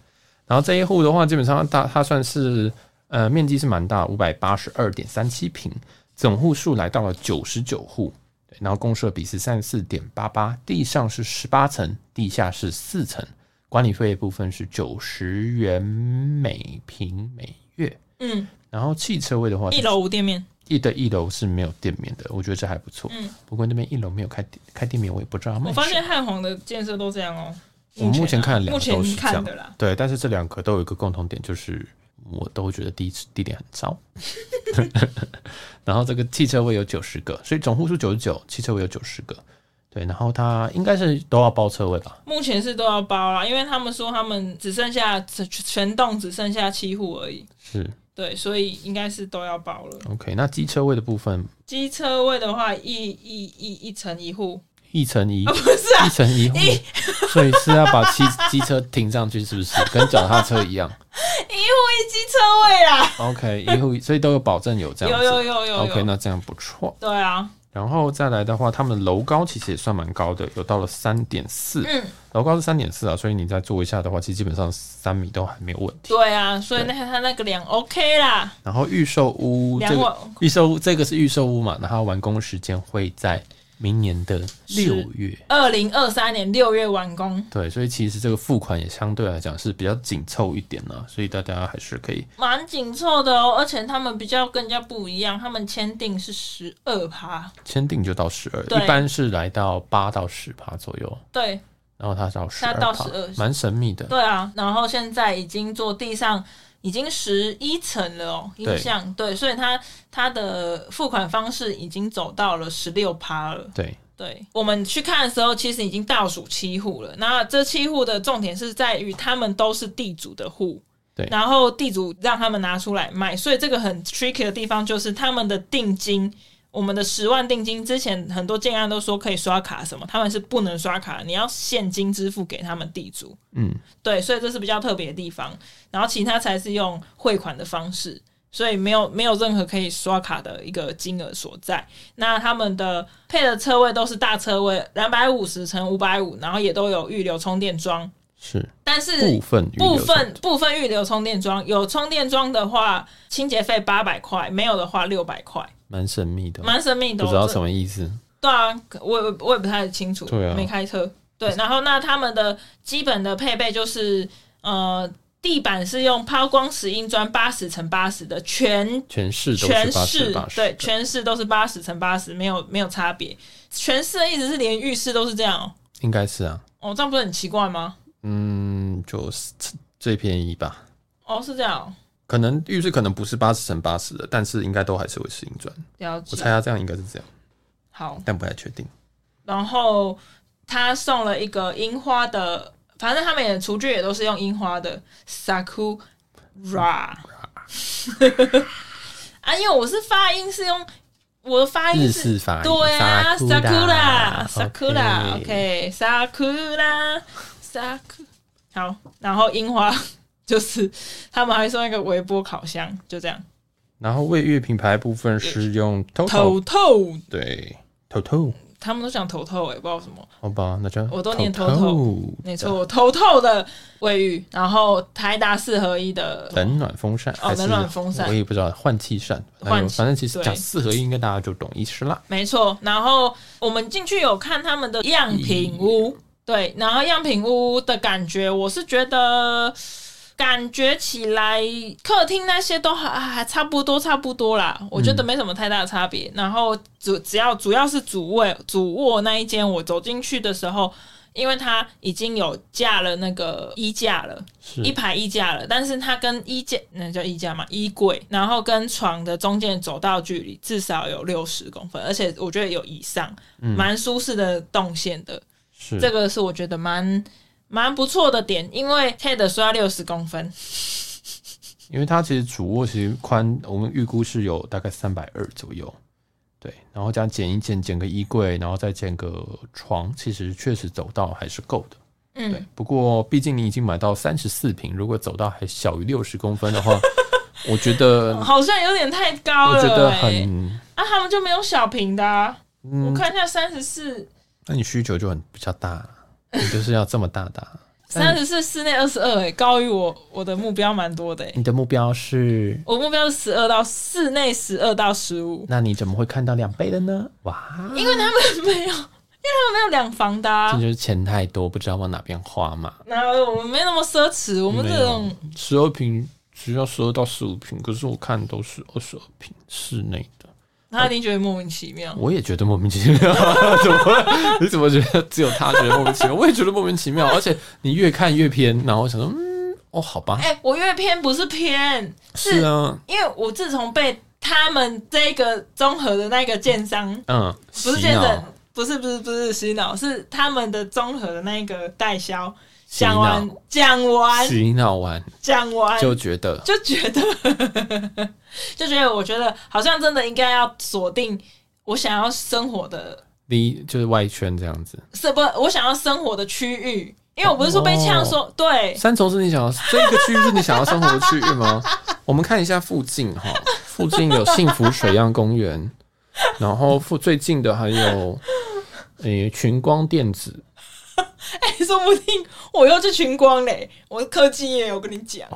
[SPEAKER 1] 然后这一户的话，基本上大，它算是呃面积是蛮大，五百八十二点三七平，总户数来到了九十九户，对然后公设比是三十四点八八，地上是十八层，地下是四层，管理费的部分是九十元每平每月。
[SPEAKER 2] 嗯，
[SPEAKER 1] 然后汽车位的话是，
[SPEAKER 2] 一楼无店面，
[SPEAKER 1] 一的一楼是没有店面的，我觉得这还不错。
[SPEAKER 2] 嗯
[SPEAKER 1] 不过那边一楼没有开店开店面，我也不知道他们。
[SPEAKER 2] 我发现汉皇的建设都这样哦。
[SPEAKER 1] 我目前
[SPEAKER 2] 啊
[SPEAKER 1] 看了两
[SPEAKER 2] 目
[SPEAKER 1] 个都
[SPEAKER 2] 前
[SPEAKER 1] 是这
[SPEAKER 2] 看
[SPEAKER 1] 样
[SPEAKER 2] 的啦，
[SPEAKER 1] 对，但是这两个都有一个共同点，就是我都觉得地地点很 糟。然后这个汽车位有九十个，所以总户数九十九，汽车位有九十个。对，然后它应该是都要包车位吧？
[SPEAKER 2] 目前是都要包啦，因为他们说他们只剩下全全栋只剩下七户而已，
[SPEAKER 1] 是
[SPEAKER 2] 对，所以应该是都要包了。
[SPEAKER 1] OK。那机车位的部分，
[SPEAKER 2] 机车位的话，一一一一层一户，
[SPEAKER 1] 一层一，
[SPEAKER 2] 啊不是啊
[SPEAKER 1] 一，层一户，所以是要把汽机车停上去，是不是？跟脚踏车一样
[SPEAKER 2] 一户一机车位啦，
[SPEAKER 1] ？OK，一户，所以都有保证有这
[SPEAKER 2] 有
[SPEAKER 1] 样子。
[SPEAKER 2] 有有有
[SPEAKER 1] OK，
[SPEAKER 2] 有，
[SPEAKER 1] 那这样不错。
[SPEAKER 2] 对啊，
[SPEAKER 1] 然后再来的话，他们楼高其实也算蛮高的，有到了三点四，
[SPEAKER 2] 嗯，
[SPEAKER 1] 楼高是三点四啊，所以你再坐一下的话，其实基本上三米都还没有问题。
[SPEAKER 2] 对啊，所以那
[SPEAKER 1] 对
[SPEAKER 2] 他那个量 OK 啦，
[SPEAKER 1] 然后预售屋
[SPEAKER 2] 量
[SPEAKER 1] 这
[SPEAKER 2] 我
[SPEAKER 1] 个预售屋这个是预售屋嘛，然后完工时间会在明年的六月。
[SPEAKER 2] 二零二三年六月完工，
[SPEAKER 1] 对，所以其实这个付款也相对来讲是比较紧凑一点啦，所以大家还是可以
[SPEAKER 2] 蛮紧凑的哦。而且他们比较跟人家不一样，他们签订是十二趴，
[SPEAKER 1] 签订就到十二，
[SPEAKER 2] 对
[SPEAKER 1] 一般是来到八到十趴左右，
[SPEAKER 2] 对
[SPEAKER 1] 然后它到十
[SPEAKER 2] 它
[SPEAKER 1] 二
[SPEAKER 2] 到
[SPEAKER 1] 趴
[SPEAKER 2] 12，
[SPEAKER 1] 蛮神秘的。
[SPEAKER 2] 对啊。然后现在已经做地上已经十一层了哦，
[SPEAKER 1] 对
[SPEAKER 2] 印象对，所以他他的付款方式已经走到了十六趴了。
[SPEAKER 1] 对，
[SPEAKER 2] 对，我们去看的时候，其实已经倒数七户了。那这七户的重点是在于他们都是地主的户，
[SPEAKER 1] 对
[SPEAKER 2] 然后地主让他们拿出来卖，所以这个很 tricky 的地方就是他们的定金，我们的十万定金之前很多建案都说可以刷卡什么，他们是不能刷卡，你要现金支付给他们地主，
[SPEAKER 1] 嗯，
[SPEAKER 2] 对，所以这是比较特别的地方，然后其他才是用汇款的方式，所以没有没有任何可以刷卡的一个金额所在。那他们的配的车位都是大车位，两百五十乘五百五，然后也都有预留充电桩，
[SPEAKER 1] 是
[SPEAKER 2] 但是
[SPEAKER 1] 部分预留
[SPEAKER 2] 部
[SPEAKER 1] 出
[SPEAKER 2] 分部分预留充电桩，有充电桩的话，清洁费八百块，没有的话六百块，
[SPEAKER 1] 蛮神秘的，
[SPEAKER 2] 蛮神秘的哦。
[SPEAKER 1] 不知道
[SPEAKER 2] 这
[SPEAKER 1] 什么意思。
[SPEAKER 2] 对啊，我也我也不太清楚，
[SPEAKER 1] 对啊
[SPEAKER 2] 没开车。对，然后那他们的基本的配备就是，呃，地板是用抛光石英砖八十乘八十的全。
[SPEAKER 1] 全市都
[SPEAKER 2] 全
[SPEAKER 1] 是八
[SPEAKER 2] 市
[SPEAKER 1] 十八十，
[SPEAKER 2] 对，全市都是八十乘八十，没有没有差别。全市的意思是连浴室都是这样哦，
[SPEAKER 1] 应该是啊，
[SPEAKER 2] 哦，这样不是很奇怪吗？
[SPEAKER 1] 嗯，就是最便宜吧。
[SPEAKER 2] 哦，是这样哦、
[SPEAKER 1] 可能浴室可能不是八十乘八十的，但是应该都还是会是银砖。
[SPEAKER 2] 了
[SPEAKER 1] 我
[SPEAKER 2] 解
[SPEAKER 1] 猜。他这样应该是这样，
[SPEAKER 2] 好，
[SPEAKER 1] 但不太确定。
[SPEAKER 2] 然后他送了一个樱花的，反正他们也厨具也都是用樱花的 sakura。啊，因为我是发音是用我的发音
[SPEAKER 1] 日
[SPEAKER 2] 是。
[SPEAKER 1] 式法语，
[SPEAKER 2] 对啊
[SPEAKER 1] Sakura，OK
[SPEAKER 2] ，sakura，sakura，OK，sakura，sakura，、好，然后樱花就是他们还送一个微波烤箱，就这样。
[SPEAKER 1] 然后卫浴品牌部分是用 Toto，
[SPEAKER 2] 头头，
[SPEAKER 1] 对，Toto，
[SPEAKER 2] 他们都讲头头、欸，也不知道为什么。
[SPEAKER 1] 好吧，那就
[SPEAKER 2] 我都念
[SPEAKER 1] Toto，
[SPEAKER 2] 没错，头透的卫浴，然后台达四合一的，
[SPEAKER 1] 冷暖风扇
[SPEAKER 2] 哦
[SPEAKER 1] 还是
[SPEAKER 2] 冷暖风扇
[SPEAKER 1] 我也不知道换气扇，
[SPEAKER 2] 换
[SPEAKER 1] 哎呦
[SPEAKER 2] 气
[SPEAKER 1] 反正其实
[SPEAKER 2] 对
[SPEAKER 1] 讲四合一，应该大家就懂意思啦。
[SPEAKER 2] 没错。然后我们进去有看他们的样品屋，对，然后样品屋的感觉，我是觉得感觉起来客厅那些都还还差不多，差不多啦，我觉得没什么太大的差别。然后主只要主要是主卧主卧那一间，我走进去的时候，因为它已经有架了那个衣架了。
[SPEAKER 1] 是
[SPEAKER 2] 一排衣架了，但是它跟衣架，那叫衣架嘛，衣柜，然后跟床的中间走道距离至少有六十公分，而且我觉得有以上，
[SPEAKER 1] 嗯
[SPEAKER 2] 蛮舒适的动线的，
[SPEAKER 1] 是
[SPEAKER 2] 这个是我觉得蛮蛮不错的点，因为 Ted 说要六十公分，
[SPEAKER 1] 因为它其实主卧其实宽，我们预估是有大概三百二左右，对，然后这样减一减，减个衣柜，然后再减个床，其实确实走道还是够的。对
[SPEAKER 2] 嗯，，
[SPEAKER 1] 不过毕竟你已经买到三十四平，如果走道还小于六十公分的话， 我觉得
[SPEAKER 2] 好像有点太高
[SPEAKER 1] 我
[SPEAKER 2] 了、欸，
[SPEAKER 1] 觉得很，
[SPEAKER 2] 啊，他们就没有小屏的、啊，我
[SPEAKER 1] 嗯，
[SPEAKER 2] 看一下三十四。
[SPEAKER 1] 那你需求就很比较大，你就是要这么大 大。
[SPEAKER 2] 三十四室内二十二，哎，高于我我的目标蛮多的、欸，
[SPEAKER 1] 你的目标是，
[SPEAKER 2] 我目标是十二到室内十二到十五，
[SPEAKER 1] 那你怎么会看到两倍的呢？哇，
[SPEAKER 2] 因为他们 没有，因为他们没有两房的、
[SPEAKER 1] 这
[SPEAKER 2] 啊
[SPEAKER 1] 就，是钱太多，不知道往哪边花嘛。
[SPEAKER 2] 然后我们没那么奢侈，我们这种
[SPEAKER 1] 十二平只要十二到十五平，可是我看都是二十二平室内的，
[SPEAKER 2] 他一定觉得莫名其妙。
[SPEAKER 1] 我也觉得莫名其妙， 怎么会？你怎么觉得只有他觉得莫名其妙？我也觉得莫名其妙，而且你越看越偏，然后我想说，嗯，哦，好吧，
[SPEAKER 2] 哎、我越偏不是偏，是
[SPEAKER 1] 是啊，
[SPEAKER 2] 因为我自从被他们这个综合的那个建商，
[SPEAKER 1] 嗯，
[SPEAKER 2] 不是
[SPEAKER 1] 洗
[SPEAKER 2] 建商
[SPEAKER 1] 脑，，
[SPEAKER 2] 不是不是不是洗脑，是他们的综合的那个代销。
[SPEAKER 1] 洗
[SPEAKER 2] 讲
[SPEAKER 1] 脑
[SPEAKER 2] 完，讲完，
[SPEAKER 1] 洗脑完
[SPEAKER 2] 讲完，
[SPEAKER 1] 就觉得
[SPEAKER 2] 就觉得， 就觉得，我觉得好像真的应该要锁定我想要生活的
[SPEAKER 1] 离就是外圈这样子。
[SPEAKER 2] 是不，我想要生活的区域，因为我不是说被呛说、
[SPEAKER 1] 哦
[SPEAKER 2] 对，
[SPEAKER 1] 三重是你想要这个区域是你想要生活的区域吗？我们看一下附近哈，附近有幸福水漾公园，然后附最近的还有诶、群光电子，
[SPEAKER 2] 哎、说不定我又去群光嘞，我科技业，我跟你讲，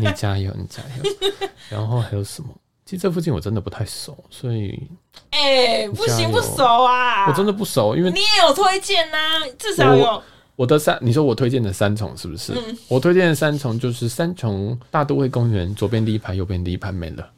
[SPEAKER 1] 你加油，你加油。 然后还有什么？其实这附近我真的不太熟，所以
[SPEAKER 2] 哎、不
[SPEAKER 1] 加
[SPEAKER 2] 行
[SPEAKER 1] 油
[SPEAKER 2] 不熟啊，
[SPEAKER 1] 我真的不熟，因为
[SPEAKER 2] 你也有推荐呐、至少有
[SPEAKER 1] 我的三，你说我推荐的三重是不是？
[SPEAKER 2] 嗯
[SPEAKER 1] 我推荐的三重就是三重大都会公园左边第一排，右边第一排没 了，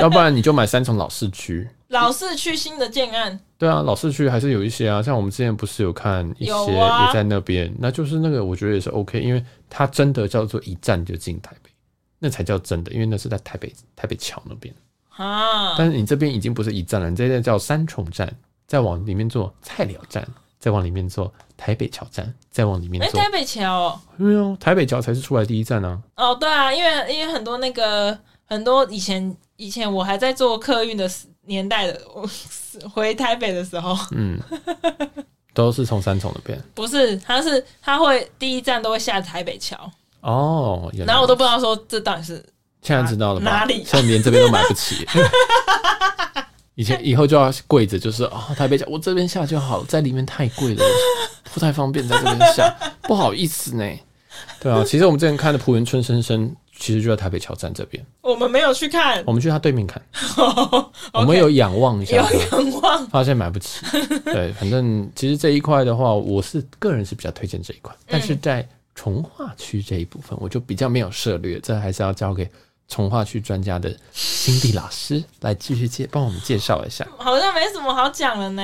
[SPEAKER 1] 要不然你就买三重老市区。
[SPEAKER 2] 老是去新的建案，
[SPEAKER 1] 对啊，老市区还是有一些啊，像我们之前不是有看一些
[SPEAKER 2] 有啊
[SPEAKER 1] 也在那边，那就是那个我觉得也是 OK，因为它真的叫做一站就进台北，那才叫真的，因为那是在台北台北桥那边。
[SPEAKER 2] 啊，
[SPEAKER 1] 但是你这边已经不是一站了，你这边叫三重站，再往里面做菜鸟站，再往里面坐台北桥站，再往里面
[SPEAKER 2] 哎，
[SPEAKER 1] 坐，
[SPEAKER 2] 台北桥哦，
[SPEAKER 1] 没有台北桥才是出来第一站啊。
[SPEAKER 2] 哦，对啊，因为因为很多那个很多以前以前我还在做客运的时年代的， 我回台北的时候，
[SPEAKER 1] 嗯，都是从三重那边。
[SPEAKER 2] 不是，他是他会第一站都会下台北桥，
[SPEAKER 1] 哦，原来
[SPEAKER 2] 然后我都不知道说这到底是
[SPEAKER 1] 现在知道了吧？
[SPEAKER 2] 哪里
[SPEAKER 1] 现在连这边都买不 起。以前以后就要柜子，就是哦，台北角，我这边下就好，在里面太贵了，不太方便在这边 下，不好意思呢。对啊，其实我们之前看的《浦原春先生》，其实就在台北桥站这边，
[SPEAKER 2] 我们没有去看，
[SPEAKER 1] 我们去他对面看，哦我
[SPEAKER 2] OK
[SPEAKER 1] 们有仰望一
[SPEAKER 2] 有
[SPEAKER 1] 下它，
[SPEAKER 2] 眼光，
[SPEAKER 1] 发现买不起。对，反正其实这一块的话，我是个人是比较推荐这一块，但是在从化区这一部分，我就比较没有涉略，这还是要交给从化区专家的辛迪老师来继续介帮我们介绍一下。
[SPEAKER 2] 好像没什么好讲了呢。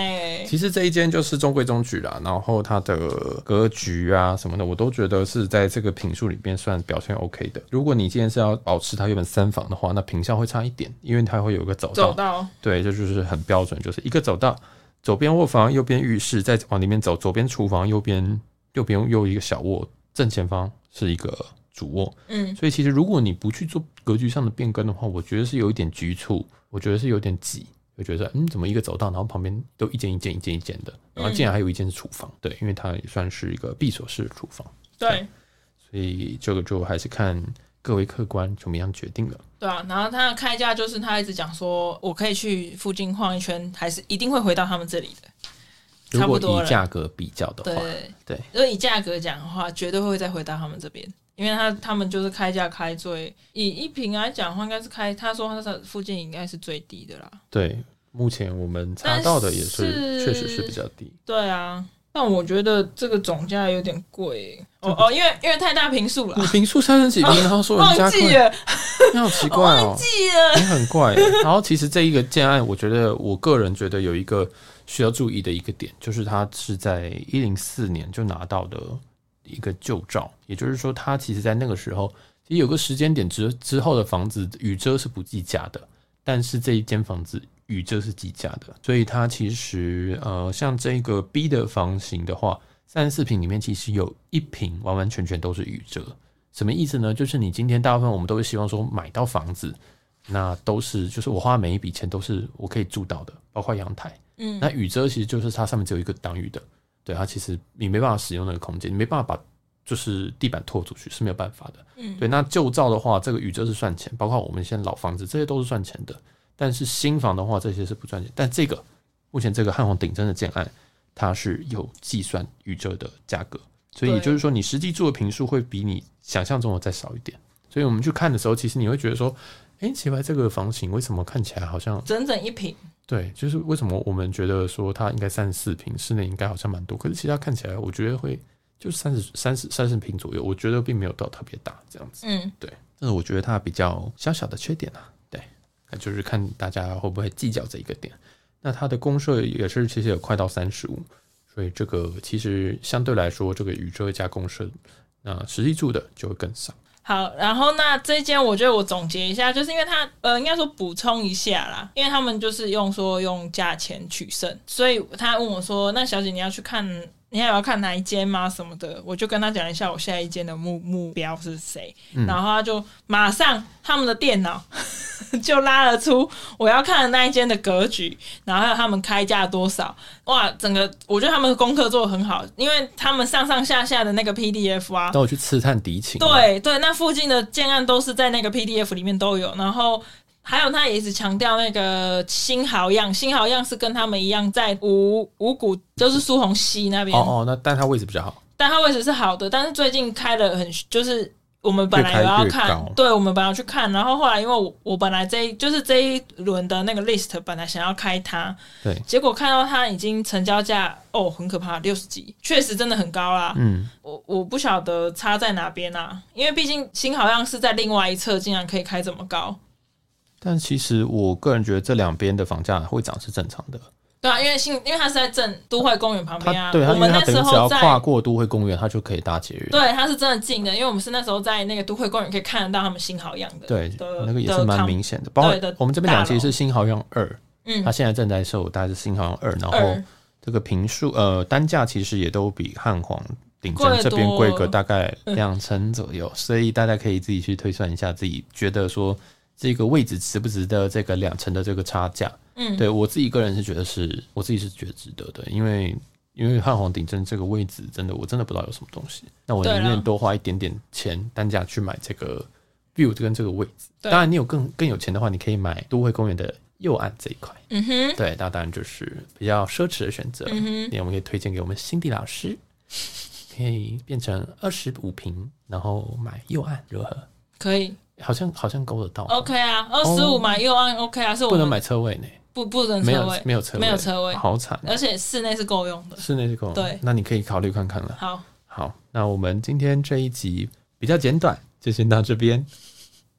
[SPEAKER 1] 其实这一间就是中规中矩啦，然后它的格局啊什么的，我都觉得是在这个评数里边算表现 OK 的。如果你今天是要保持它原本三房的话，那评效会差一点，因为它会有一个走道
[SPEAKER 2] 走到
[SPEAKER 1] 对，这就是很标准，就是一个走道，左边卧房，右边浴室，再往里面走，左边厨房，右边右边又一个小卧，正前方是一个主卧。
[SPEAKER 2] 嗯，
[SPEAKER 1] 所以其实如果你不去做格局上的变更的话，我觉得是有一点局促，我觉得是有点挤。我觉得，嗯，怎么一个走道，然后旁边都一间一间一间一间的，然后竟然还有一间是厨房，对，因为它也算是一个闭锁式的厨房，
[SPEAKER 2] 对
[SPEAKER 1] 所以这个就还是看各位客官怎么样决定了。
[SPEAKER 2] 对啊。然后他的开价就是他一直讲说，我可以去附近晃一圈，还是一定会回到他们这里的。
[SPEAKER 1] 如
[SPEAKER 2] 差不
[SPEAKER 1] 果
[SPEAKER 2] 多了
[SPEAKER 1] 以价格比较的话，
[SPEAKER 2] 对
[SPEAKER 1] 对，
[SPEAKER 2] 如果以价格讲的话，绝对会再回到他们这边，因为他他们就是开价开最以一瓶来讲的话，应该是开他说他的附近应该是最低的啦。
[SPEAKER 1] 对，目前我们查到的也是，
[SPEAKER 2] 但是
[SPEAKER 1] 确实是比较低。
[SPEAKER 2] 对啊，但我觉得这个总价有点贵哦哦，因为因为太大平数了
[SPEAKER 1] 你，平数三十几平，然后说人
[SPEAKER 2] 忘
[SPEAKER 1] 家
[SPEAKER 2] 记
[SPEAKER 1] 贵，
[SPEAKER 2] 了
[SPEAKER 1] 你好奇怪哦，
[SPEAKER 2] 记了，
[SPEAKER 1] 你很怪欸。然后其实这一个建案，我觉得我个人觉得有一个需要注意的一个点，就是它是在一零四年就拿到的一个旧照，也就是说，它其实在那个时候，其实有个时间点之之后的房子雨遮是不计价的，但是这一间房子雨遮是计价的，所以它其实呃，像这个 B 的房型的话，三十四平里面其实有一平完完全全都是雨遮。什么意思呢？就是你今天大部分我们都会希望说买到房子，那都是就是我花每一笔钱都是我可以住到的，包括阳台。
[SPEAKER 2] 嗯
[SPEAKER 1] 那雨遮其实就是它上面只有一个挡雨的，对它其实你没办法使用那个空间，你没办法把就是地板拖出去是没有办法的。
[SPEAKER 2] 嗯
[SPEAKER 1] 对，那旧造的话，这个雨遮是算钱，包括我们现在老房子这些都是算钱的，但是新房的话这些是不赚钱。但这个目前这个汉皇顶针的建案，它是有计算雨遮的价格，所以也
[SPEAKER 2] 对
[SPEAKER 1] 就是说你实际住的平数会比你想象中的再少一点。所以我们去看的时候，其实你会觉得说，哎、奇怪，这个房型为什么看起来好像
[SPEAKER 2] 整整一瓶，
[SPEAKER 1] 对，就是为什么我们觉得说它应该三十四平，室内应该好像蛮多，可是其实它看起来，我觉得会就是三十三十三十平左右，我觉得并没有到特别大这样子。
[SPEAKER 2] 嗯，
[SPEAKER 1] 对，但是我觉得它比较小小的缺点啊，对，那就是看大家会不会计较这一个点。那它的公社也是其实有快到三十五，所以这个其实相对来说，这个宇宙加公社，那实际住的就会更少。
[SPEAKER 2] 好，然后那这间我觉得我总结一下，就是因为它呃，应该说补充一下啦，因为他们就是用说用价钱取胜，所以他问我说：“那小姐你要去看，你还有要看哪一间吗？什么的？”我就跟他讲一下我下一间的目目标是谁，然后他就马上他们的电脑就拉了出我要看的那一间的格局，然后还有他们开价多少，哇，整个我觉得他们的功课做得很好，因为他们上上下下的那个 PDF 啊，
[SPEAKER 1] 那我去刺探敌情，，
[SPEAKER 2] 对对，那附近的建案都是在那个 PDF 里面都有，然后。还有，他也一直强调那个新豪样，新豪样是跟他们一样在五五股，就是苏红溪那边，
[SPEAKER 1] 哦哦，那但它位置比较好。
[SPEAKER 2] 但它位置是好的，但是最近开的很，就是我们本来
[SPEAKER 1] 越
[SPEAKER 2] 有
[SPEAKER 1] 开
[SPEAKER 2] 要
[SPEAKER 1] 越
[SPEAKER 2] 看
[SPEAKER 1] 高，
[SPEAKER 2] 对，我们本来要去看，然后后来因为我我本来这一就是这一轮的那个 list 本来想要开它，
[SPEAKER 1] 对
[SPEAKER 2] 结果看到它已经成交价哦，很可怕，六十几，确实真的很高啦，
[SPEAKER 1] 嗯，
[SPEAKER 2] 我我不晓得差在哪边啊，因为毕竟新好像是在另外一侧，竟然可以开这么高，
[SPEAKER 1] 但其实我个人觉得这两边的房价会涨是正常的。
[SPEAKER 2] 对啊，因为新因为它是在正都会公园旁边啊
[SPEAKER 1] 它，对它，
[SPEAKER 2] 我
[SPEAKER 1] 因为
[SPEAKER 2] 们
[SPEAKER 1] 它
[SPEAKER 2] 那
[SPEAKER 1] 等
[SPEAKER 2] 时
[SPEAKER 1] 于只要
[SPEAKER 2] 候在
[SPEAKER 1] 跨过都会公园，它就可以搭捷运。
[SPEAKER 2] 对它是真的近的，因为我们是那时候在那个都会公园可以看得到他们新好样的，
[SPEAKER 1] 对，
[SPEAKER 2] 的
[SPEAKER 1] 那个也
[SPEAKER 2] 的
[SPEAKER 1] 是蛮
[SPEAKER 2] 康
[SPEAKER 1] 明显的。包括
[SPEAKER 2] 对的
[SPEAKER 1] 我们这边讲，
[SPEAKER 2] 大楼
[SPEAKER 1] 其实是新豪洋二，
[SPEAKER 2] 嗯
[SPEAKER 1] 它现在正在售，大概是新豪洋二，然后
[SPEAKER 2] 二
[SPEAKER 1] 这个平数呃单价其实也都比汉皇顶
[SPEAKER 2] 贵
[SPEAKER 1] 针这边
[SPEAKER 2] 多
[SPEAKER 1] 贵
[SPEAKER 2] 了
[SPEAKER 1] 个大概两成左 右，所以大家可以自己去推算一下，自己觉得说这个位置值不值得这个两成的这个差价。
[SPEAKER 2] 嗯，
[SPEAKER 1] 对我自己个人是觉得是，我自己是觉得值得的，因为因为汉皇顶针这个位置真的我真的不知道有什么东西，那我
[SPEAKER 2] 对
[SPEAKER 1] 宁愿
[SPEAKER 2] 啦
[SPEAKER 1] 多花一点点钱单价去买这个 view 跟这个位置。
[SPEAKER 2] 对
[SPEAKER 1] 当然，你有更更有钱的话，你可以买都会公园的右岸这一块。
[SPEAKER 2] 嗯哼，
[SPEAKER 1] 对，那当然就是比较奢侈的选择。
[SPEAKER 2] 嗯哼，
[SPEAKER 1] 那我们可以推荐给我们辛迪老师，可以变成二十五平，然后买右岸如何？
[SPEAKER 2] 可以
[SPEAKER 1] 好像好像勾得到哦，
[SPEAKER 2] ，OK 啊，二十五买右岸 OK 啊，是我
[SPEAKER 1] 不
[SPEAKER 2] 们
[SPEAKER 1] 能买车位呢，
[SPEAKER 2] 不不能
[SPEAKER 1] 没
[SPEAKER 2] 车
[SPEAKER 1] 有
[SPEAKER 2] 位，
[SPEAKER 1] 没有车位，
[SPEAKER 2] 没有车位
[SPEAKER 1] 好惨。
[SPEAKER 2] 而且室内是够用的。
[SPEAKER 1] 室内是够，
[SPEAKER 2] 对
[SPEAKER 1] 那你可以考虑看看了。
[SPEAKER 2] 好，
[SPEAKER 1] 好，那我们今天这一集比较简短，就先到这边。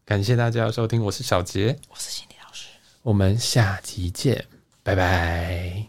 [SPEAKER 1] 感谢大家的收听，我是小杰，
[SPEAKER 2] 我是心理老师。
[SPEAKER 1] 我们下集见，拜拜。